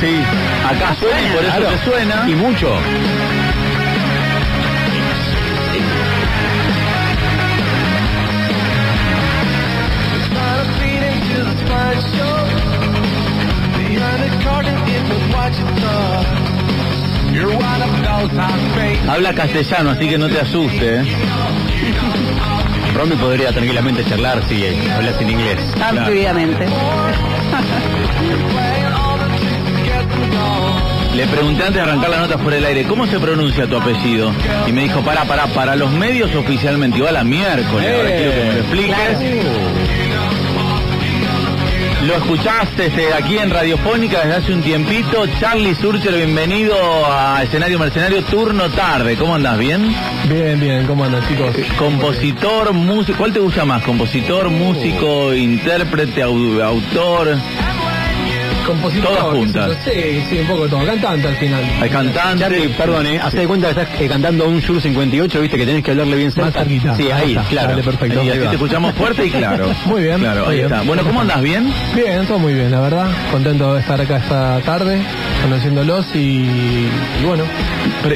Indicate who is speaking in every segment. Speaker 1: Sí. Acá suena y por eso
Speaker 2: Claro.
Speaker 1: te suena.
Speaker 2: Y mucho.
Speaker 1: Habla castellano, así que no te asuste. ¿eh?
Speaker 2: Romy podría tranquilamente charlar si hablas en inglés.
Speaker 1: Ah,
Speaker 2: Claro.
Speaker 3: Ampliamente.
Speaker 1: Le pregunté antes de arrancar la nota por el aire, ¿cómo se pronuncia tu apellido? Y me dijo, para, para, para los medios oficialmente. Iba a la miércoles, ahora
Speaker 2: Eh,
Speaker 1: quiero que me lo expliques. Lo escuchaste este, aquí en Radiofónica desde hace un tiempito. Charlie Surcher, bienvenido a Escenario Mercenario, turno tarde. ¿Cómo andás? ¿Bien?
Speaker 4: Bien, bien, ¿cómo andan chicos?
Speaker 1: Eh, Compositor, músico. ¿Cuál te gusta más?
Speaker 2: Oh.
Speaker 1: ¿Compositor, músico, intérprete, au- autor,
Speaker 4: Eh, Compositor.
Speaker 1: Todas juntas.
Speaker 4: qué sé yo, Sí, sí, un poco de todo. Cantante al final.
Speaker 1: eh, cantante?
Speaker 2: Charlie, perdón, ¿eh? Hacé de cuenta que estás eh, cantando un Shure 58, viste que tenés que hablarle bien cerca.
Speaker 4: Más cerquita.
Speaker 2: Sí, ahí,
Speaker 4: Ahí está.
Speaker 2: claro.
Speaker 4: Dale, perfecto.
Speaker 2: Ahí,
Speaker 1: Y
Speaker 2: ahí
Speaker 1: así
Speaker 2: va.
Speaker 1: te escuchamos fuerte y claro.
Speaker 4: Muy bien,
Speaker 1: Claro,
Speaker 4: muy
Speaker 1: ahí
Speaker 4: bien.
Speaker 1: está. Bueno, ¿cómo andás? ¿Bien?
Speaker 4: Bien, todo muy bien, la verdad. Contento de estar acá esta tarde, conociéndolos y, y bueno,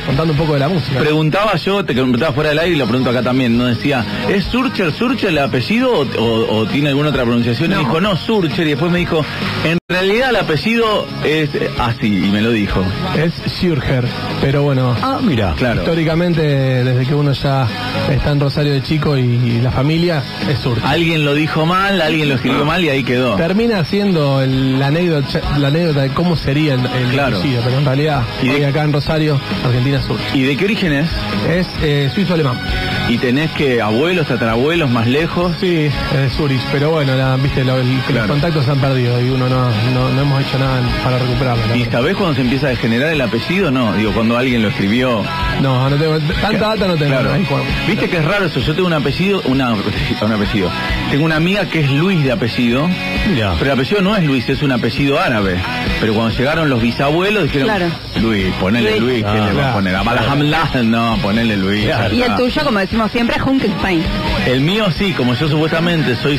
Speaker 4: contando un poco de la música.
Speaker 1: Preguntaba yo, te preguntaba fuera del aire y lo pregunto acá también, no decía, ¿es Surcher, Surcher el apellido o, o- o tiene alguna otra pronunciación? Y me dijo, no, Surcher, y después me dijo, en realidad el apellido es eh, así, y me lo dijo.
Speaker 4: Es Schürger, pero bueno,
Speaker 2: Ah, mira.
Speaker 1: Claro.
Speaker 4: históricamente desde que uno ya está en Rosario de chico y, y la familia es sur.
Speaker 1: Alguien lo dijo mal, alguien lo escribió mal y ahí quedó.
Speaker 4: Termina siendo el- la, anécdota, la anécdota de cómo sería el, el
Speaker 1: Claro.
Speaker 4: apellido, pero en realidad
Speaker 1: Y de-
Speaker 4: hoy acá en Rosario, Argentina Sur.
Speaker 1: ¿Y de qué origen es?
Speaker 4: Es eh, suizo-alemán.
Speaker 1: ¿Y tenés que abuelos, tatarabuelos, más lejos?
Speaker 4: Sí, es Zurich, pero bueno, la- viste, lo- el-
Speaker 1: Claro.
Speaker 4: los contactos se han perdido y uno no, no, no hemos hecho nada para recuperarlo. la
Speaker 1: ¿Y
Speaker 4: verdad.
Speaker 1: sabés cuándo se empieza a degenerar el apellido? No, digo, cuando alguien lo escribió.
Speaker 4: No, no tengo, tanta data no tengo.
Speaker 1: Claro.
Speaker 4: ahí, Juan.
Speaker 1: Viste que es raro eso. Yo tengo un apellido, una, un apellido. Tengo una amiga que es Luis de apellido.
Speaker 2: Mira.
Speaker 1: Pero el apellido no es Luis, es un apellido árabe. Pero cuando llegaron los bisabuelos dijeron,
Speaker 3: Claro.
Speaker 1: Luis, ponele
Speaker 3: Luis.
Speaker 1: Luis, ¿qué
Speaker 2: Ah,
Speaker 1: le vas a
Speaker 4: claro.
Speaker 1: poner? Amalhamla, no, ponele Luis.
Speaker 2: Claro.
Speaker 3: Y
Speaker 1: Ah.
Speaker 3: el tuyo, como decimos siempre, es Hunkenstein.
Speaker 1: El mío sí, como yo supuestamente soy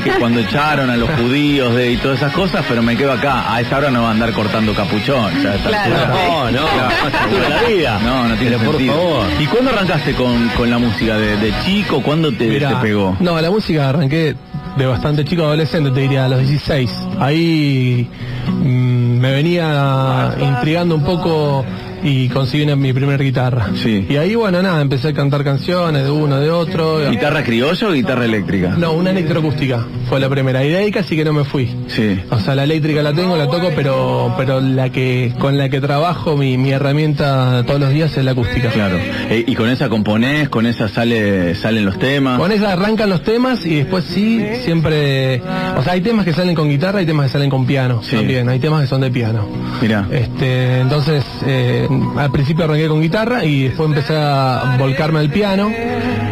Speaker 1: que cuando echaron a los judíos de, y todas esas cosas, pero me quedo acá. A esa hora no va a andar cortando capuchón. ya está.
Speaker 3: Claro.
Speaker 2: No, no,
Speaker 1: Claro.
Speaker 2: más dura la vida.
Speaker 1: No, no tiene
Speaker 2: Pero por
Speaker 1: sentido.
Speaker 2: favor.
Speaker 1: ¿Y cuándo arrancaste con, con la música? ¿De, de chico? ¿Cuándo te,
Speaker 4: Mirá,
Speaker 1: te Este pegó?
Speaker 4: No, la música arranqué de bastante chico, adolescente, te diría, a los 16. Ahí mm, me venía intrigando un poco y conseguí una- mi primera guitarra.
Speaker 1: Sí.
Speaker 4: Y ahí, bueno, nada, empecé a cantar canciones de uno, de otro.
Speaker 1: ¿Guitarra criolla o guitarra eléctrica?
Speaker 4: No, una electroacústica fue la primera. Y de ahí casi que no me fui.
Speaker 1: Sí.
Speaker 4: O sea, la eléctrica la tengo, la toco, pero pero la que con la que trabajo, mi, mi herramienta todos los días es la acústica.
Speaker 1: Claro. Eh, ¿Y con esa componés? ¿Con esa sale, salen los temas?
Speaker 4: Con esa arrancan los temas y después sí, siempre... O sea, hay temas que salen con guitarra, hay temas que salen con piano
Speaker 1: Sí.
Speaker 4: también, hay temas que son de piano.
Speaker 1: Mirá.
Speaker 2: eh,
Speaker 4: Este, entonces, eh, al principio arranqué con guitarra y después empecé a volcarme al piano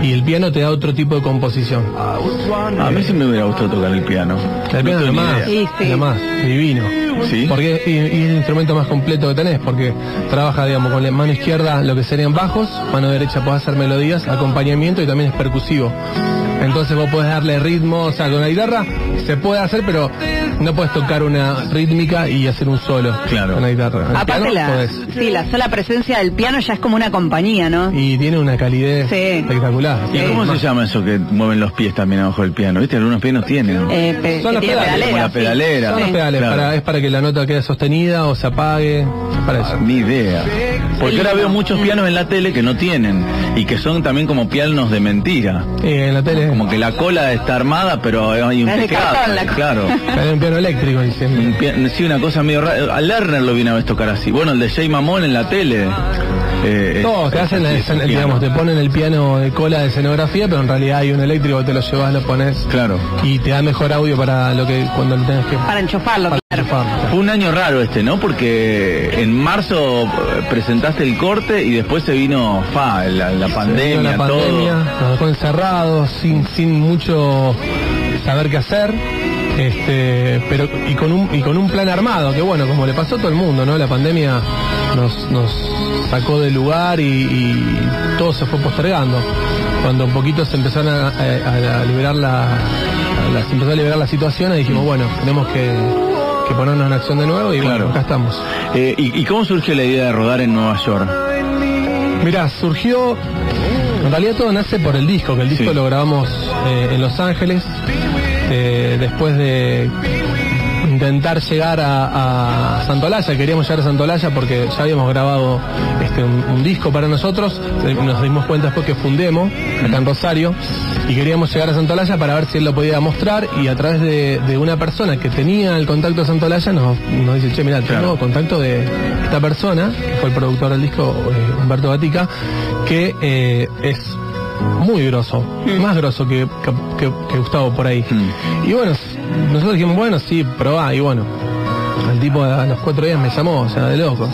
Speaker 4: y el piano te da otro tipo de composición.
Speaker 1: A mí sí me hubiera gustado tocar el piano.
Speaker 4: El piano
Speaker 1: No tengo
Speaker 4: es lo
Speaker 1: ni
Speaker 4: más,
Speaker 1: idea.
Speaker 3: Sí, sí.
Speaker 4: lo más, divino.
Speaker 1: Sí.
Speaker 4: Porque es, y- y es el instrumento más completo que tenés, porque trabaja, digamos, con la mano izquierda lo que serían bajos, mano derecha podés hacer melodías, acompañamiento y también es percusivo. Entonces vos podés darle ritmo, o sea, con la guitarra se puede hacer, pero no podés tocar una rítmica y hacer un solo
Speaker 1: Claro.
Speaker 4: con la guitarra. El
Speaker 3: Aparte,
Speaker 4: piano
Speaker 3: la,
Speaker 4: podés.
Speaker 3: sí, la sola presencia del piano ya es como una compañía, ¿no?
Speaker 4: Y tiene una calidez
Speaker 3: Sí.
Speaker 4: espectacular.
Speaker 3: Eh,
Speaker 1: ¿Y cómo se llama eso que mueven los pies también abajo del piano? ¿Viste? Algunos pianos tienen.
Speaker 3: Eh, pe-
Speaker 4: Son
Speaker 3: que
Speaker 4: los
Speaker 3: tiene
Speaker 4: pedales,
Speaker 1: como la
Speaker 3: sí.
Speaker 1: pedalera.
Speaker 4: Son los
Speaker 3: Sí.
Speaker 4: pedales,
Speaker 1: Claro.
Speaker 4: para, es para que la nota quede sostenida o se apague, es para eso.
Speaker 1: Ni idea. Porque ahora veo muchos pianos en la tele que no tienen y que son también como pianos de mentira.
Speaker 4: Eh, en la tele
Speaker 1: Como que la cola está armada, pero hay un
Speaker 3: Es de
Speaker 1: teclado.
Speaker 3: cartón la cola.
Speaker 1: claro.
Speaker 4: Era un piano eléctrico, dicen.
Speaker 1: Un pia- Sí, una cosa medio rara. A Lerner lo vi una vez tocar así. Bueno, el de Jay Mamón en la tele. Eh,
Speaker 4: No,
Speaker 1: es-
Speaker 4: te hacen, la
Speaker 1: es- es un
Speaker 4: escena-
Speaker 1: piano.
Speaker 4: digamos, te ponen el piano de cola de escenografía, pero en realidad hay un eléctrico, te lo llevas, lo pones
Speaker 1: Claro.
Speaker 4: y te da mejor audio para lo que cuando lo tengas que
Speaker 3: Para enchufarlo, claro.
Speaker 4: enchufar.
Speaker 1: Fue un año raro este, ¿no? Porque en marzo eh, presentaste el corte y después se vino fa, la, la pandemia,
Speaker 4: la pandemia,
Speaker 1: todo.
Speaker 4: nos dejó encerrados, sin, sin mucho saber qué hacer. Este, pero y con un y con un plan armado que bueno como le pasó a todo el mundo no la pandemia nos, nos sacó del lugar y, y todo se fue postergando cuando un poquito se empezaron a, a- a liberar la, a la- se empezó a liberar la situación y dijimos bueno tenemos que que ponernos en acción de nuevo y
Speaker 1: Claro.
Speaker 4: bueno, acá estamos.
Speaker 1: Eh, ¿y, y cómo surge la idea de rodar en Nueva York?
Speaker 4: Mirá, surgió. En realidad todo nace por el disco, que el disco
Speaker 1: Sí.
Speaker 4: lo grabamos eh, en Los Ángeles. eh, después de intentar llegar a, a Santolaya, queríamos llegar a Santolaya porque ya habíamos grabado este, un, un disco para nosotros. eh, Nos dimos cuenta después que fundemos acá en Rosario y queríamos llegar a Santolaya para ver si él lo podía mostrar. Y a través de, de una persona que tenía el contacto de Santolaya nos, nos dice: Che, mira, tengo
Speaker 1: Claro.
Speaker 4: contacto de esta persona, que fue el productor del disco, eh, Humberto Gatica, que eh, es muy grosso, más grosso que, que- que- que Gustavo por ahí.
Speaker 1: Mm.
Speaker 4: Y bueno, s- nosotros dijimos, bueno, sí, probá, y bueno, el tipo a los cuatro días me llamó, o sea, de locos.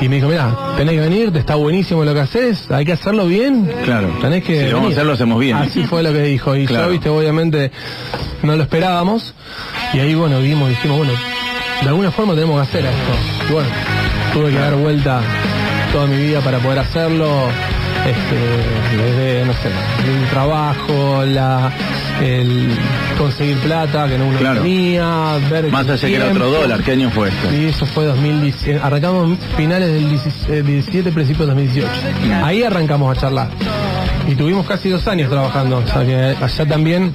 Speaker 4: Y me dijo, mira, tenés que venir, te está buenísimo lo que haces, hay que hacerlo bien.
Speaker 1: Claro.
Speaker 4: Tenés que
Speaker 1: Si lo vamos a
Speaker 4: venir".
Speaker 1: hacer, lo hacemos bien.
Speaker 4: Así fue lo que dijo. Y
Speaker 1: Claro.
Speaker 4: yo, viste, obviamente no lo esperábamos. Y ahí, bueno, vimos, dijimos, bueno, de alguna forma tenemos que hacer esto. Y bueno, tuve que dar vuelta toda mi vida para poder hacerlo. Este, desde, no sé, el trabajo, la, el conseguir plata que no uno
Speaker 1: Claro.
Speaker 4: tenía, ver
Speaker 1: Más allá que era otro
Speaker 4: tiempo.
Speaker 1: dólar, ¿qué año fue esto?
Speaker 4: Sí, eso fue 2017. eh, Arrancamos finales del 17, eh, 17, principios de 2018. Ahí arrancamos a charlar. Y tuvimos casi dos años trabajando. O sea que allá también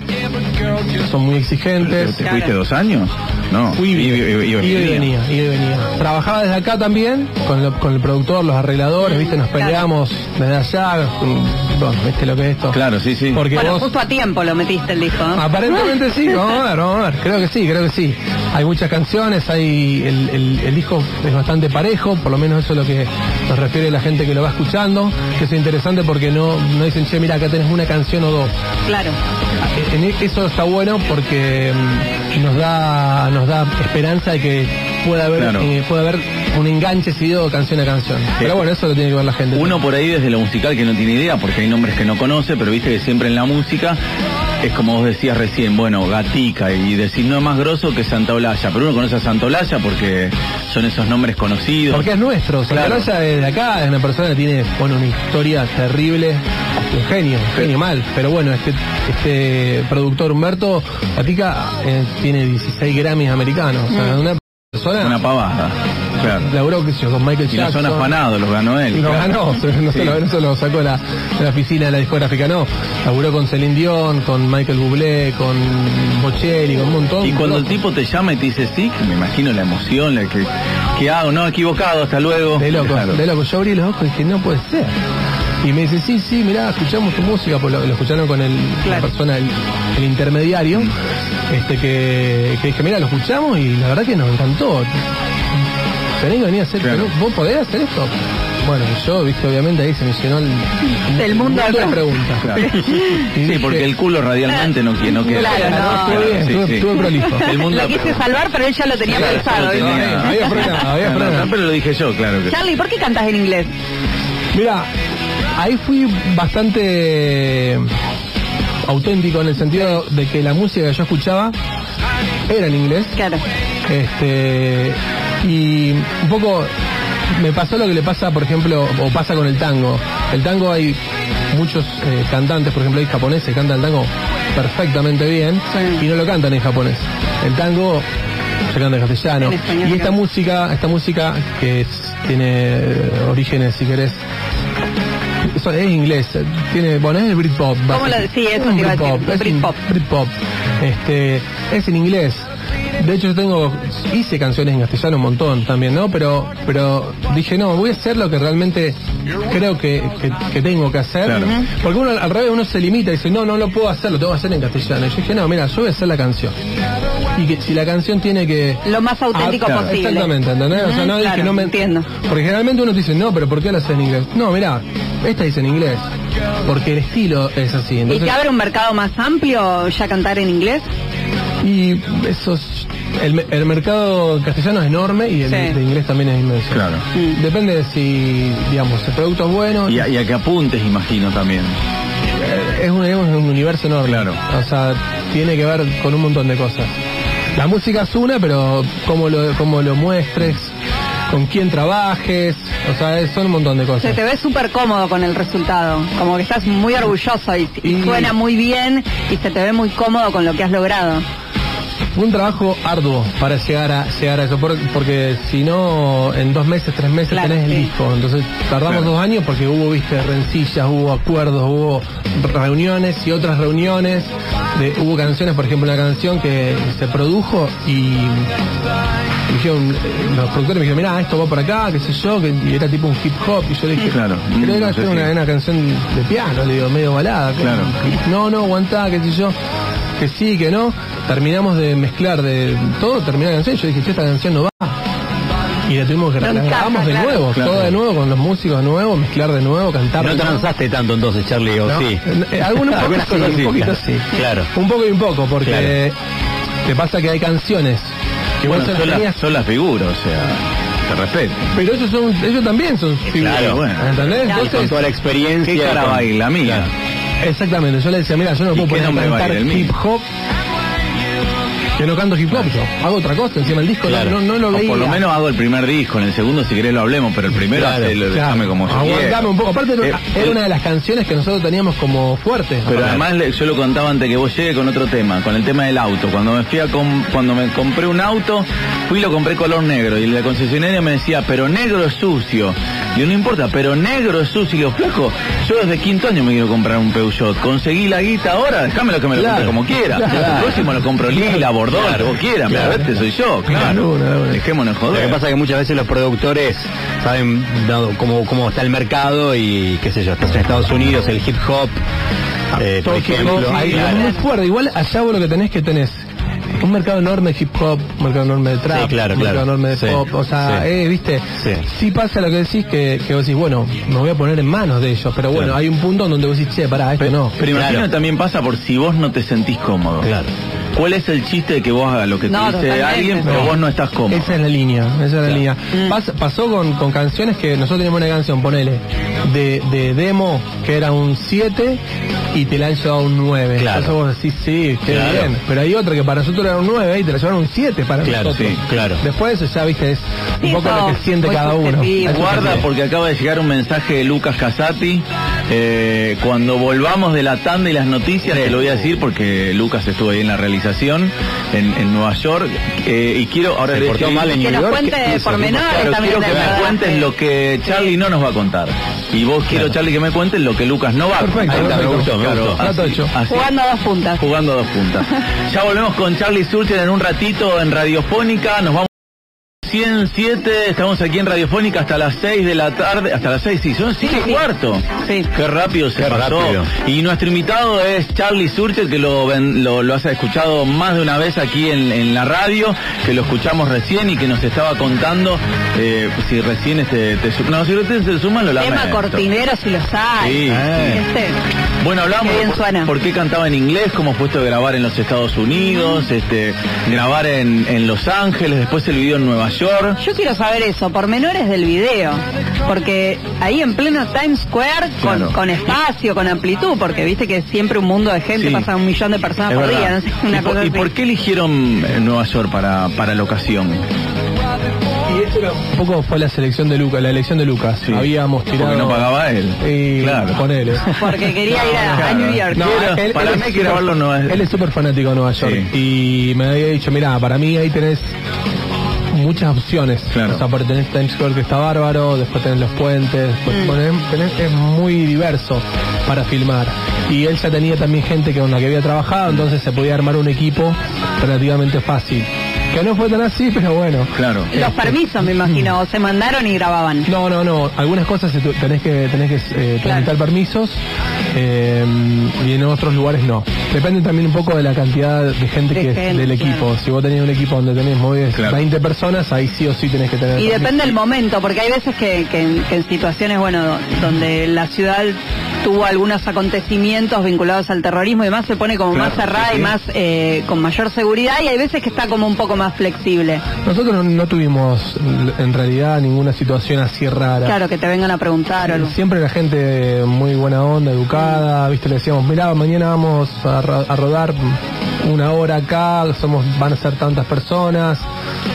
Speaker 4: son muy
Speaker 1: ¿Te,
Speaker 4: exigentes.
Speaker 1: te fuiste dos años? No.
Speaker 4: Fui
Speaker 1: y, y- y-
Speaker 4: iba y venía, iba y venía. Trabajaba desde acá también, con, lo- con el productor, los arregladores, viste, nos
Speaker 3: Claro.
Speaker 4: peleamos desde allá. mm, Bueno, viste lo que es esto.
Speaker 1: Claro, sí, sí.
Speaker 4: Porque
Speaker 3: Bueno,
Speaker 4: vos- Ah.
Speaker 3: justo a tiempo lo metiste el disco. ¿no?
Speaker 4: Aparentemente sí, vamos a ver, vamos a ver. Creo que sí, creo que sí. Hay muchas canciones, hay el, el- el disco es bastante parejo, por lo menos eso es lo que nos refiere la gente que lo va escuchando, que es interesante porque no, no dicen, che, mira, acá tenés una canción o dos.
Speaker 3: Claro.
Speaker 4: En- en- Eso está bueno porque mm, nos da, nos da esperanza de que pueda haber,
Speaker 1: Claro.
Speaker 4: eh, pueda haber un enganche seguido canción a canción. Pero bueno, eso lo tiene que ver la gente.
Speaker 1: Uno por ahí desde lo musical que no tiene idea, porque hay nombres que no conoce, pero viste que siempre en la música es como vos decías recién, bueno, Gatica, y decir no es más grosso que Santa Olalla, pero uno conoce a Santa Olalla porque son esos nombres conocidos.
Speaker 4: Porque es nuestro, o sea,
Speaker 1: Claro.
Speaker 4: Canosa desde acá es una persona que tiene, bueno, una historia terrible, un genio, un genio mal, pero bueno, este, este productor Humberto Patica eh, tiene 16 Grammys americanos, o sea, una persona
Speaker 1: Mm. Una pavada. Claro.
Speaker 4: laburó qué sé yo, con Michael
Speaker 1: Y no
Speaker 4: Jackson.
Speaker 1: son afanados, los ganó él.
Speaker 4: No
Speaker 1: claro.
Speaker 4: ganó,
Speaker 1: Sí.
Speaker 4: no, se lo, no se lo sacó de la, de la oficina de la discográfica, no. Laburó con Celine Dion, con Michael Bublé, con Bocelli, con un montón.
Speaker 1: Y cuando el tipo te llama y te dice sí, me imagino la emoción, la que, ¿qué hago? No, equivocado, hasta luego.
Speaker 4: De loco,
Speaker 1: Oh, Claro.
Speaker 4: de loco. Yo abrí los ojos y dije, no puede ser. Y me dice, sí, sí, mirá, escuchamos tu música, pues lo, lo escucharon con el,
Speaker 3: Claro.
Speaker 4: la persona, el, el intermediario, este que, que dije, mira, lo escuchamos y la verdad que nos encantó. Tenés que venir a hacer,
Speaker 1: Claro.
Speaker 4: ¿vos podés hacer esto? Bueno, yo, viste, obviamente ahí se me llenó el,
Speaker 3: El mundo
Speaker 4: de
Speaker 3: al-
Speaker 4: preguntas.
Speaker 1: Claro.
Speaker 4: Y
Speaker 1: Sí,
Speaker 4: dije,
Speaker 1: porque el culo radialmente no, que- no queda.
Speaker 3: Claro, no.
Speaker 4: Estuvo bien, estuvo- estuvo prolijo.
Speaker 1: El mundo
Speaker 3: Lo quise salvar, pero él ya lo tenía
Speaker 1: Claro,
Speaker 3: pensado.
Speaker 1: lo
Speaker 3: ¿viste?
Speaker 1: tenía.
Speaker 4: No, había frenado, había
Speaker 1: No, no,
Speaker 4: frenado.
Speaker 1: no, pero lo dije yo, claro que sí.
Speaker 3: Charlie, ¿por qué cantas en inglés?
Speaker 4: Mira, ahí fui bastante auténtico en el sentido de que la música que yo escuchaba era en inglés.
Speaker 3: Claro.
Speaker 4: Este, y un poco me pasó lo que le pasa, por ejemplo, o pasa con el tango. El tango hay muchos eh, cantantes, por ejemplo, hay japoneses que cantan el tango perfectamente bien
Speaker 3: Sí.
Speaker 4: y no lo cantan en japonés. El tango se canta en castellano.
Speaker 3: En español,
Speaker 4: y esta
Speaker 3: claro.
Speaker 4: música, esta música que es- tiene eh, orígenes, si querés, eso es inglés, tiene, bueno, es el Britpop.
Speaker 3: ¿Cómo lo- sí, eso te iba a decir,
Speaker 4: es un
Speaker 3: Britpop.
Speaker 4: Britpop. Este, es en inglés. De hecho, yo tengo, hice canciones en castellano un montón también, ¿no? Pero, pero dije, no, voy a hacer lo que realmente creo que, que- que tengo que hacer.
Speaker 1: Claro. Ujú.
Speaker 4: Porque uno al revés, uno se limita y dice, no, no lo puedo hacer, lo tengo que hacer en castellano. Y yo dije, no, mira, yo voy a hacer la canción. Y que si la canción tiene que...
Speaker 3: Lo más auténtico
Speaker 4: Ah, claro.
Speaker 3: posible.
Speaker 4: Exactamente, ¿entendés? O sea, no
Speaker 3: Ujú,
Speaker 4: es que
Speaker 3: claro,
Speaker 4: no me
Speaker 3: entiendo.
Speaker 4: Porque generalmente uno te dice, no, pero ¿por qué la haces en inglés? No, mirá, esta dice en inglés. Porque el estilo es así.
Speaker 3: ¿Y
Speaker 4: Entonces,
Speaker 3: te abre un mercado más amplio ya cantar en inglés?
Speaker 4: y esos. El, me- el mercado castellano es enorme y el
Speaker 3: Sí.
Speaker 4: de inglés también es inmenso.
Speaker 1: Claro.
Speaker 3: Mm.
Speaker 4: Depende de si, digamos, el producto es bueno. eh,
Speaker 1: Y a, y a que apuntes, imagino también.
Speaker 4: es un, es un universo enorme.
Speaker 1: Claro.
Speaker 4: O sea, tiene que ver con un montón de cosas. La música es una, pero cómo lo, cómo lo muestres, con quién trabajes, o sea, es- son un montón de cosas.
Speaker 3: Se te ve súper cómodo con el resultado, como que estás muy orgulloso y, y
Speaker 4: Y-
Speaker 3: suena muy bien y se te ve muy cómodo con lo que has logrado.
Speaker 4: Fue un trabajo arduo para llegar a llegar a eso, por- porque si no, en dos meses, tres meses
Speaker 3: Claro,
Speaker 4: tenés el
Speaker 3: sí.
Speaker 4: disco. Entonces tardamos
Speaker 1: Claro.
Speaker 4: dos años porque hubo, viste, rencillas, hubo acuerdos, hubo reuniones y otras reuniones. De- hubo canciones, por ejemplo, una canción que se produjo y dijeron, eh, los productores me dijeron, mirá, esto va por acá, qué sé yo, que y era tipo un hip hop, y yo le dije,
Speaker 1: Claro,
Speaker 4: pero
Speaker 1: mm,
Speaker 4: era
Speaker 1: no sé
Speaker 4: hacer una,
Speaker 1: si-
Speaker 4: una canción de piano, le digo, medio balada, que-
Speaker 1: Claro.
Speaker 4: no, no, aguantá, qué sé yo, que sí, que no, terminamos de mezclar de todo, terminó la canción, yo dije, che, esta canción no va. Y la tuvimos que
Speaker 3: No
Speaker 4: la
Speaker 3: encaja,
Speaker 4: grabamos de
Speaker 3: claro.
Speaker 4: nuevo,
Speaker 1: Claro.
Speaker 4: todo de nuevo, con los músicos de nuevo, mezclar de nuevo, cantar
Speaker 2: No
Speaker 4: de nuevo.
Speaker 2: transaste tanto entonces, Charlie, o
Speaker 4: Ah, ¿no?
Speaker 2: sí.
Speaker 4: Eh, algunos pocos
Speaker 2: Algunas
Speaker 4: sí,
Speaker 2: cosas sí.
Speaker 4: un poquito sí.
Speaker 2: Claro.
Speaker 4: Un poco y un poco, porque
Speaker 2: Claro.
Speaker 4: te pasa que hay canciones que vos
Speaker 1: Bueno,
Speaker 4: se las
Speaker 1: son,
Speaker 4: tenías-
Speaker 1: las, son las figuras, o sea, te respeto.
Speaker 4: Pero ellos son, ellos también son figuras.
Speaker 1: Claro, bueno.
Speaker 4: ¿Entendés?
Speaker 3: Claro.
Speaker 2: Con
Speaker 4: Entonces,
Speaker 2: toda la experiencia.
Speaker 1: ¿Qué cara
Speaker 2: con-
Speaker 1: baila mía?
Speaker 4: exactamente, yo le decía, mira, yo no
Speaker 1: ¿Y
Speaker 4: puedo
Speaker 1: qué
Speaker 4: poner a
Speaker 1: nombre
Speaker 4: cantar
Speaker 1: baila el
Speaker 4: hip
Speaker 1: mío?
Speaker 4: hop. Que no canto hip hop, yo hago otra cosa, encima el disco no-
Speaker 2: Claro.
Speaker 4: no, no, lo
Speaker 1: O
Speaker 4: veía.
Speaker 1: por lo menos hago el primer disco, en el segundo si querés lo hablemos, pero el primero
Speaker 4: Claro,
Speaker 1: hace el-
Speaker 4: claro.
Speaker 1: dame como yo
Speaker 4: Aguantame
Speaker 1: quiero.
Speaker 4: un poco. Aparte era,
Speaker 1: Eh,
Speaker 4: era
Speaker 1: eh,
Speaker 4: una de las canciones que nosotros teníamos como fuerte.
Speaker 1: Pero además le- yo lo contaba antes que vos llegues con otro tema, con el tema del auto. Cuando me fui a com- cuando me compré un auto, fui y lo compré color negro y la concesionaria me decía, pero negro es sucio. Y yo, no importa, pero negro es sucio. Y le digo, flaco, yo desde quinto año me quiero comprar un Peugeot. Conseguí la guita ahora, déjamelo que me lo
Speaker 4: Claro,
Speaker 1: compre como quiera.
Speaker 4: claro.
Speaker 1: El próximo lo compro lila, bordó, lo que vos quieras.
Speaker 4: claro.
Speaker 1: Pero este soy yo,
Speaker 4: Claro,
Speaker 1: claro.
Speaker 4: bueno, bueno.
Speaker 1: Dejémonos
Speaker 2: Lo
Speaker 1: joder.
Speaker 2: que pasa es que muchas veces los productores saben dado cómo, cómo está el mercado y qué sé yo, estás en Estados Unidos, el hip hop,
Speaker 1: Ah,
Speaker 2: eh, por
Speaker 4: Todo hip hop,
Speaker 2: ejemplo.
Speaker 4: ahí,
Speaker 2: Claro.
Speaker 4: muy fuerte. Igual allá vos lo que tenés que tenés un mercado enorme de hip hop, un mercado enorme de trap,
Speaker 2: Sí, claro,
Speaker 4: un mercado
Speaker 2: claro.
Speaker 4: enorme de
Speaker 2: Sí,
Speaker 4: pop, o sea,
Speaker 2: sí.
Speaker 4: eh, viste,
Speaker 2: Sí.
Speaker 4: sí pasa lo que decís que, que vos decís, bueno, me voy a poner en manos de ellos, pero bueno,
Speaker 2: Claro.
Speaker 4: hay un punto en donde vos decís, che, pará, esto no.
Speaker 1: Pero imagino
Speaker 2: Claro.
Speaker 1: que también pasa por si vos no te sentís cómodo.
Speaker 2: Claro.
Speaker 1: ¿Cuál es el chiste de que vos hagas lo que te
Speaker 3: No,
Speaker 1: dice
Speaker 3: totalmente.
Speaker 1: alguien, pero
Speaker 4: No.
Speaker 1: vos no estás cómodo?
Speaker 4: Esa es la línea, esa es la línea.
Speaker 3: Mm.
Speaker 4: Pas- pasó con, con canciones que nosotros teníamos una canción, ponele, de, de demo que era un 7 y te la han llevado a un 9.
Speaker 2: Claro.
Speaker 4: Entonces vos decís, sí, qué
Speaker 2: Claro.
Speaker 4: bien. Pero hay otra que para nosotros era un 9 y te la llevaron a un 7 para
Speaker 2: Claro,
Speaker 4: nosotros.
Speaker 2: sí, claro.
Speaker 4: Después eso ya, viste, es un
Speaker 3: Sí,
Speaker 4: poco
Speaker 3: eso
Speaker 4: lo que siente
Speaker 3: muy
Speaker 4: cada uno.
Speaker 3: subjetivo.
Speaker 1: Guarda porque acaba de llegar un mensaje de Lucas Casati. Eh, cuando volvamos de la tanda y las noticias, te lo voy a decir porque Lucas estuvo ahí en la realización en, en Nueva York. Eh, y quiero ahora
Speaker 2: Se
Speaker 1: le-
Speaker 2: portó mal en
Speaker 1: Claro,
Speaker 3: Que nos cuente pormenores
Speaker 1: quiero
Speaker 3: también.
Speaker 1: que
Speaker 3: del
Speaker 1: me
Speaker 3: rodaje.
Speaker 1: cuentes lo que Charlie no nos va a contar. Y vos quiero, Charlie, que me cuentes lo que Lucas no va a contar.
Speaker 4: Perfecto,
Speaker 2: Ahí está, me
Speaker 4: perfecto.
Speaker 2: gustó, me
Speaker 4: Claro,
Speaker 2: gustó.
Speaker 4: dato hecho.
Speaker 1: Así-
Speaker 3: Jugando a dos puntas.
Speaker 1: jugando a dos puntas. ya volvemos con Charlie Surcher en un ratito en Radiofónica. Nos vamos. 107, estamos aquí en Radiofónica hasta las 6 de la tarde, hasta las 6, sí, son 7 y
Speaker 3: sí.
Speaker 1: cuarto.
Speaker 3: Sí.
Speaker 1: Qué rápido se
Speaker 2: Qué
Speaker 1: pasó.
Speaker 2: rápido.
Speaker 1: Y nuestro invitado es Charlie Surcher, que lo, ven- lo, lo has escuchado más de una vez aquí en, en la radio, que lo escuchamos recién y que nos estaba contando eh, si recién este, te suman. No, si recién te suman, lo
Speaker 3: Tema
Speaker 1: lamento.
Speaker 3: cortinero si los hay.
Speaker 1: Sí,
Speaker 3: Eh.
Speaker 1: sí. Bueno, hablamos
Speaker 3: Qué
Speaker 1: de
Speaker 3: bien
Speaker 1: por,
Speaker 3: suena.
Speaker 1: por qué cantaba en inglés, cómo fue esto de grabar en los Estados Unidos, este, grabar en, en Los Ángeles, después el video en Nueva York.
Speaker 3: Yo quiero saber eso, pormenores del video, porque ahí en pleno Times Square, con,
Speaker 1: Claro.
Speaker 3: con espacio, con amplitud, porque viste que siempre un mundo de gente,
Speaker 1: Sí.
Speaker 3: pasa un millón de personas
Speaker 1: Es
Speaker 3: por día,
Speaker 1: verdad.
Speaker 3: no sé, una
Speaker 1: ¿Y, por,
Speaker 3: cosa
Speaker 1: y
Speaker 3: así.
Speaker 1: por qué eligieron eh, Nueva York para, para la ocasión?
Speaker 4: Y eso era Ah, un poco fue la selección de Lucas, la elección de Lucas.
Speaker 1: Sí.
Speaker 4: Habíamos tirado.
Speaker 1: Porque no pagaba él.
Speaker 4: Y,
Speaker 1: Claro.
Speaker 4: Ponele.
Speaker 3: Porque quería ir a, a
Speaker 1: Claro.
Speaker 3: New York.
Speaker 1: No,
Speaker 4: Quiero-
Speaker 1: él- para
Speaker 4: es
Speaker 1: mí hay que
Speaker 4: súper-
Speaker 1: grabarlo en Nueva-
Speaker 4: Él es súper fanático de Nueva York. Y me había dicho, mira, para mí ahí tenés muchas opciones.
Speaker 1: Claro.
Speaker 4: O sea, porque tenés Times Square que está bárbaro, después tenés los puentes, después ponés- tenés- es muy diverso para filmar. Y él ya tenía también gente que, con la que había trabajado, entonces se podía armar un equipo relativamente fácil. Que no fue tan así, pero bueno.
Speaker 1: Claro.
Speaker 3: Los permisos, me imagino, o se mandaron y grababan.
Speaker 4: No, no, no. Algunas cosas se tu- tenés que tenés que eh,
Speaker 3: Claro.
Speaker 4: tramitar permisos eh, y en otros lugares no. Depende también un poco de la cantidad de gente
Speaker 3: De
Speaker 4: que es
Speaker 3: gente,
Speaker 4: del equipo.
Speaker 3: claro.
Speaker 4: Si vos tenés un equipo donde tenés muy bien
Speaker 1: Claro.
Speaker 4: 20 personas, ahí sí o sí tenés que tener.
Speaker 3: Y
Speaker 4: permiso.
Speaker 3: depende el momento, porque hay veces que, que en- que en situaciones, bueno, do- donde la ciudad tuvo algunos acontecimientos vinculados al terrorismo y demás, se pone como
Speaker 1: Claro,
Speaker 3: más cerrada
Speaker 1: sí,
Speaker 3: y
Speaker 1: sí.
Speaker 3: más eh, con mayor seguridad, y hay veces que está como un poco más flexible.
Speaker 4: Nosotros no, no tuvimos l- en realidad ninguna situación así rara.
Speaker 3: Claro, que te vengan a preguntar o algo.
Speaker 4: Siempre la gente muy buena onda, educada,
Speaker 3: Mm.
Speaker 4: viste, le decíamos, mirá, mañana vamos a, ro- a rodar una hora acá, somos, van a ser tantas personas,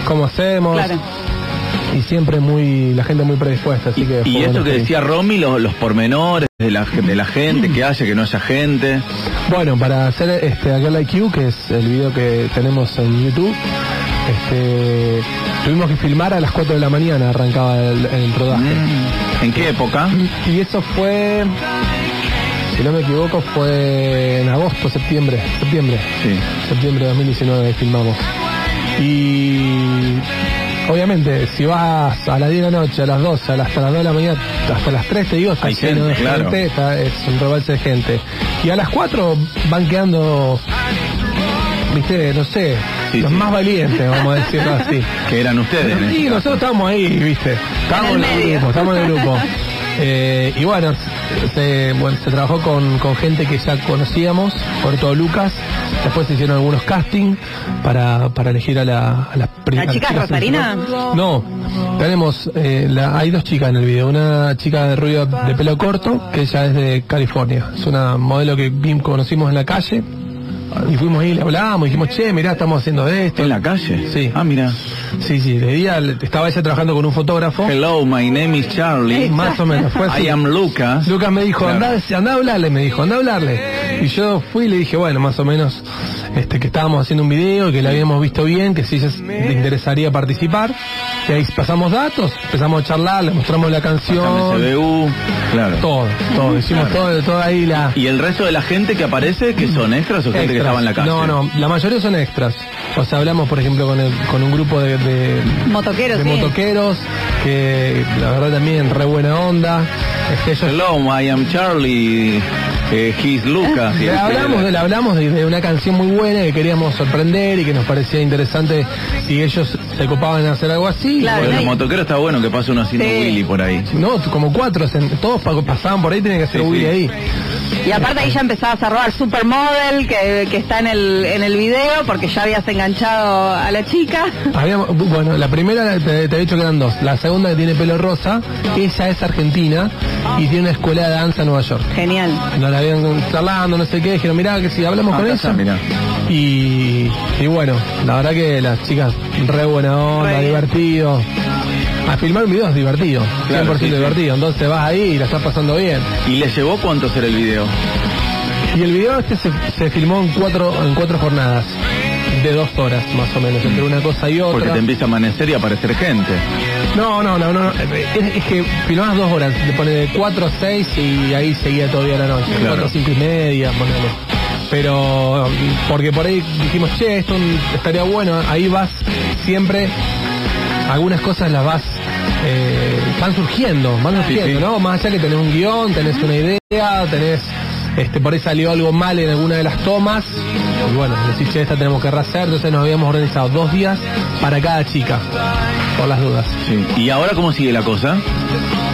Speaker 4: ¿cómo hacemos?
Speaker 3: Claro.
Speaker 4: y siempre muy la gente muy predispuesta. Así que Mm.
Speaker 1: Y
Speaker 4: fue
Speaker 1: esto
Speaker 4: bueno,
Speaker 1: que
Speaker 4: sí.
Speaker 1: decía Romy, los, los pormenores de la, de la gente, que haya, que no haya gente.
Speaker 4: Bueno, para hacer este A Girl Like You, que es el video que tenemos en YouTube, este, tuvimos que filmar a las 4 de la mañana, arrancaba el, el rodaje.
Speaker 1: Mm. ¿En qué época?
Speaker 4: Y eso fue, si no me equivoco, fue en agosto, septiembre, septiembre,
Speaker 1: Sí.
Speaker 4: septiembre de 2019 filmamos. Y obviamente, si vas a las 10 de la noche, a las 12, a las, hasta las 2 de la mañana, hasta las 3 te digo, está
Speaker 1: Hay
Speaker 4: lleno de
Speaker 1: gente, claro.
Speaker 4: gente, está- es un rebalse de gente. Y a las 4 van quedando, viste, no sé,
Speaker 1: Sí,
Speaker 4: los
Speaker 1: sí.
Speaker 4: más valientes, vamos a decirlo así.
Speaker 1: Que eran ustedes. en este
Speaker 4: Sí,
Speaker 1: caso.
Speaker 4: nosotros estábamos ahí, viste. Estábamos
Speaker 3: En
Speaker 4: en
Speaker 3: el
Speaker 4: el
Speaker 3: medio.
Speaker 4: grupo, estábamos en el grupo. Eh, y bueno se, bueno, se trabajó con, con gente que ya conocíamos, Corto Lucas. Después se hicieron algunos castings para, para elegir a la, a la pri-
Speaker 3: ¿La
Speaker 4: a las
Speaker 3: chica
Speaker 4: chicas
Speaker 3: Rosarina?
Speaker 4: principales. No, tenemos, eh, la- hay dos chicas en el video. Una chica de rubio de pelo corto, que ella es de California. Es una modelo que vi- conocimos en la calle. Y fuimos ahí, le hablábamos, dijimos, che, mirá, estamos haciendo esto.
Speaker 1: ¿En la calle?
Speaker 4: Sí.
Speaker 1: Ah, mira.
Speaker 4: Sí, sí, de día estaba ella trabajando con un fotógrafo.
Speaker 1: Hello, my name is Charlie.
Speaker 4: Más o menos, fue así.
Speaker 1: I am Lucas.
Speaker 4: Lucas me dijo,
Speaker 1: Claro.
Speaker 4: andá, andá a hablarle, me dijo, andá a hablarle. Y yo fui y le dije, bueno, más o menos, este, que estábamos haciendo un video, que la habíamos visto bien, que si ella s- le interesaría participar. Y ahí pasamos datos, empezamos a charlar, le mostramos la
Speaker 1: Pásame
Speaker 4: canción,
Speaker 1: CBU. Claro.
Speaker 4: todo, todo, hicimos todo, todo ahí la...
Speaker 1: ¿Y el resto de la gente que aparece, que son extras o gente que
Speaker 4: extras.
Speaker 1: estaba en la calle?
Speaker 4: No, no, la mayoría son extras. O sea, hablamos, por ejemplo, con, el- con un grupo de- de,
Speaker 3: Motoqueros,
Speaker 4: de
Speaker 3: sí.
Speaker 4: motoqueros, que la verdad también re buena onda. Este, ellos-
Speaker 1: Hello, I am Charlie. Eh, he's Lucas. este,
Speaker 4: le hablamos, de, le hablamos de, de una canción muy buena que queríamos sorprender y que nos parecía interesante si ellos se copaban en hacer algo así.
Speaker 3: Claro,
Speaker 1: Bueno,
Speaker 3: ¿no?
Speaker 1: motoquero está bueno que pase uno haciendo
Speaker 3: Sí.
Speaker 1: Willy por ahí.
Speaker 4: No, como cuatro, se- todos pa- pasaban por ahí, tenían que hacer
Speaker 1: Sí,
Speaker 4: Willy
Speaker 1: sí.
Speaker 4: ahí.
Speaker 3: Y aparte ahí ya empezabas a robar Supermodel, que, que está en el, en el video, porque ya habías enganchado a la chica.
Speaker 4: Habíamos- bueno, la primera te, te he dicho que eran dos. La segunda que tiene pelo rosa, ella es argentina y tiene una escuela de danza en Nueva York.
Speaker 3: Genial.
Speaker 4: Nos la habían charlando, no sé qué, dijeron, mirá, que si hablamos
Speaker 1: Ah,
Speaker 4: con
Speaker 1: acá
Speaker 4: ella.
Speaker 1: está, mirá.
Speaker 4: Y, y bueno, la verdad que las chicas re buena onda,
Speaker 3: Re bien.
Speaker 4: divertido. A filmar un video es divertido, 100%
Speaker 1: Claro, sí, sí.
Speaker 4: divertido. Entonces vas ahí y la estás pasando bien.
Speaker 1: ¿Y le llevó cuánto hacer el video?
Speaker 4: Y el video este se, se filmó en cuatro, en cuatro jornadas, de dos horas más o menos, entre una cosa y
Speaker 1: Porque
Speaker 4: otra.
Speaker 1: te empieza a amanecer y a aparecer gente.
Speaker 4: No, no, no, no, no. Es, es que filmabas dos horas, te pone de 4 a 6 y ahí seguía todavía la noche.
Speaker 1: Claro.
Speaker 4: 4 a 5 y media, ponele. Pero, porque por ahí dijimos, che, esto estaría bueno. Ahí vas siempre, algunas cosas las vas, eh, van surgiendo, van surgiendo,
Speaker 1: sí.
Speaker 4: ¿no? Más allá que tenés un guión, tenés una idea, tenés, este, por ahí salió algo mal en alguna de las tomas. Y bueno, decís, che, esta tenemos que rehacer. Entonces nos habíamos organizado dos días para cada chica, por las dudas.
Speaker 1: Sí. ¿Y ahora cómo sigue la cosa?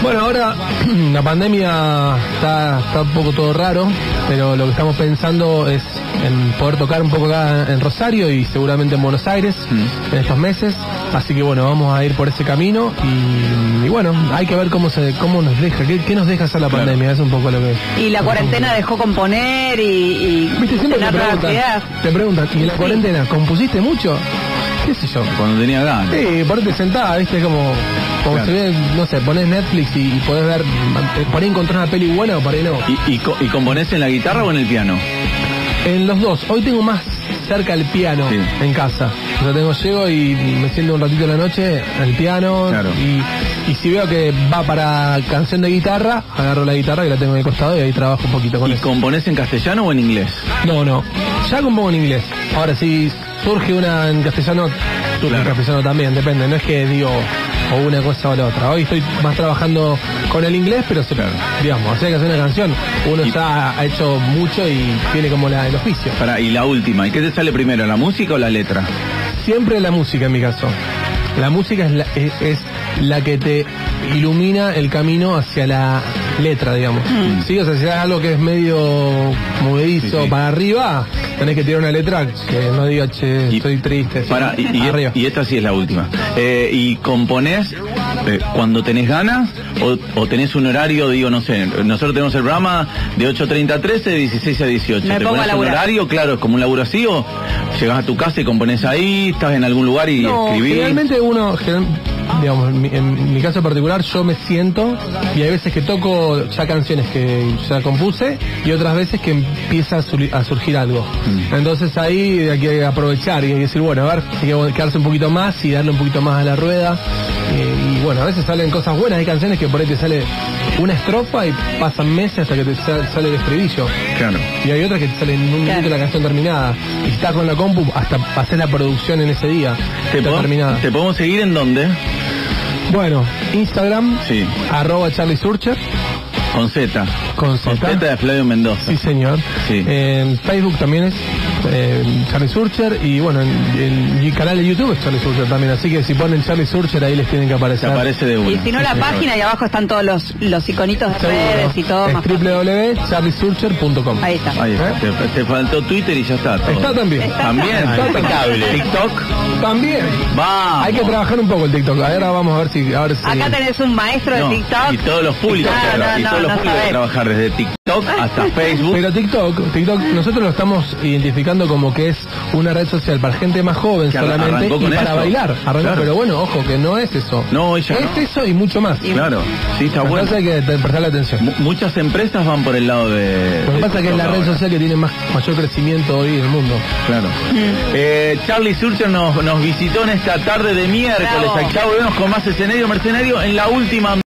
Speaker 4: Bueno, ahora la pandemia está, está un poco todo raro, pero lo que estamos pensando es en poder tocar un poco acá en Rosario y seguramente en Buenos Aires
Speaker 1: Mm.
Speaker 4: en estos meses. Así que bueno, vamos a ir por ese camino y, y bueno, hay que ver cómo se, cómo nos deja, qué, qué nos deja hacer la
Speaker 1: Claro.
Speaker 4: pandemia, es un poco lo que.
Speaker 3: Y la cuarentena dejó componer y, y
Speaker 4: Viste, siempre te
Speaker 3: tener otra
Speaker 4: preguntan,
Speaker 3: actividad.
Speaker 4: te preguntan, ¿y en la cuarentena compusiste mucho? ¿Qué sé yo?
Speaker 1: Cuando tenía ganas.
Speaker 4: Sí, ponerte sentada, viste, como, como
Speaker 1: Claro.
Speaker 4: se ve, no sé, ponés Netflix y, y podés ver, por ahí encontrás una peli buena o por ahí no.
Speaker 1: ¿Y, y, co- y componés en la guitarra o en el piano?
Speaker 4: En los dos, hoy tengo más cerca el piano
Speaker 1: Sí.
Speaker 4: en casa. O sea, tengo, llego y me siento un ratito en la noche al piano
Speaker 1: Claro.
Speaker 4: y, y si veo que va para canción de guitarra, agarro la guitarra y la tengo en el costado y ahí trabajo un poquito con
Speaker 1: ¿Y
Speaker 4: eso.
Speaker 1: componés en castellano o en inglés?
Speaker 4: No, no. Ya compongo en inglés. Ahora, si surge una en castellano, surge
Speaker 1: Claro.
Speaker 4: en castellano también, depende. No es que digo o una cosa o la otra. Hoy estoy más trabajando con el inglés, pero se,
Speaker 1: Claro.
Speaker 4: digamos, hacer que hacer una canción, uno
Speaker 1: Y-
Speaker 4: ya ha hecho mucho y tiene como la, el oficio.
Speaker 1: Para, y la última, ¿y qué te sale primero, la música o la letra?
Speaker 4: Siempre la música en mi caso. La música es la, es, es la que te ilumina el camino hacia la letra, digamos. Sí, o sea, si es algo que es medio movedizo
Speaker 1: Sí, sí.
Speaker 4: para arriba, tenés que tirar una letra que no diga, che,
Speaker 1: Y-
Speaker 4: estoy triste. sí,
Speaker 1: Para, y, y-
Speaker 4: arriba.
Speaker 1: y esta sí es la última. Eh, ¿Y componés eh, cuando tenés ganas o, o tenés un horario, digo, no sé, nosotros tenemos el programa de 8.30 a 13, de 16 a 18.
Speaker 3: Me
Speaker 1: ¿Te
Speaker 3: pongo
Speaker 1: pones
Speaker 3: a
Speaker 1: un
Speaker 3: laburar.
Speaker 1: horario? Claro, es como un laburo así o llegás a tu casa y componés ahí, estás en algún lugar y
Speaker 4: No,
Speaker 1: escribís.
Speaker 4: generalmente uno, general- digamos, en mi, en mi caso particular yo me siento y hay veces que toco ya canciones que ya compuse y otras veces que empieza a, sur- a surgir algo. Entonces ahí hay que aprovechar y hay que decir, bueno, a ver, hay que quedarse un poquito más y darle un poquito más a la rueda. Eh, y bueno, a veces salen cosas buenas, hay canciones que por ahí te sale una estrofa y pasan meses hasta que te sa- sale el estribillo.
Speaker 1: Claro.
Speaker 4: Y hay otras que te salen en un
Speaker 3: Claro.
Speaker 4: minuto la canción terminada. Y si estás con la compu, hasta haces la producción en ese día.
Speaker 1: ¿Te,
Speaker 4: Está
Speaker 1: podemos-
Speaker 4: terminada.
Speaker 1: ¿Te podemos seguir en dónde?
Speaker 4: Bueno, Instagram,
Speaker 1: Sí.
Speaker 4: arroba Charlie Surcher,
Speaker 1: Con Z.
Speaker 4: con
Speaker 1: Con
Speaker 4: Z.
Speaker 1: Z de Flavio Mendoza.
Speaker 4: Sí, señor.
Speaker 1: Sí.
Speaker 4: En Facebook también es eh, Charlie Surcher y bueno, en, en mi canal de YouTube es Charlie Surcher también. Así que si ponen Charlie Surcher ahí les tienen que
Speaker 1: Se
Speaker 4: aparecer.
Speaker 1: aparece de uno.
Speaker 3: Y si no, la página y abajo están todos los, los iconitos de
Speaker 4: Seguro.
Speaker 3: redes y todo.
Speaker 4: Es
Speaker 3: Más fácil.
Speaker 4: www.charliesurcher.com.
Speaker 3: Ahí está.
Speaker 1: Ahí está. Te, te faltó Twitter y ya está. todo.
Speaker 4: Está también.
Speaker 3: Está
Speaker 1: También.
Speaker 4: Está impecable.
Speaker 1: TikTok.
Speaker 4: También.
Speaker 1: Va.
Speaker 4: Hay que trabajar un poco el TikTok. Ahora vamos a ver si. Ahora si-
Speaker 3: Acá tenés un maestro de TikTok.
Speaker 1: Y todos los
Speaker 4: Ah,
Speaker 1: públicos.
Speaker 3: No,
Speaker 1: pero-
Speaker 3: no,
Speaker 1: y
Speaker 3: no,
Speaker 1: todos los
Speaker 3: no
Speaker 1: públicos
Speaker 3: sabés.
Speaker 1: que trabajar desde TikTok hasta Facebook.
Speaker 4: Pero TikTok, TikTok, nosotros lo estamos identificando como que es una red social para gente más joven
Speaker 1: Que arran-
Speaker 4: solamente
Speaker 1: arrancó
Speaker 4: y
Speaker 1: con
Speaker 4: para
Speaker 1: eso.
Speaker 4: bailar. Arrancó,
Speaker 1: Claro.
Speaker 4: Pero bueno, ojo, que no es eso.
Speaker 1: No, ella
Speaker 4: Es
Speaker 1: no.
Speaker 4: eso y mucho más.
Speaker 1: Claro. Sí, está bueno.
Speaker 4: Entonces hay que te- prestarle atención.
Speaker 1: Mu- Muchas empresas van por el lado de.
Speaker 4: Lo que
Speaker 1: de
Speaker 4: pasa es que es la
Speaker 1: TikTok
Speaker 4: red
Speaker 1: ahora.
Speaker 4: social que tiene más, mayor crecimiento hoy en el mundo.
Speaker 1: Claro. Eh, Charlie Surcher nos, nos visitó en esta tarde de miércoles.
Speaker 3: Bravo.
Speaker 1: Acá volvemos con más escenario mercenario en la última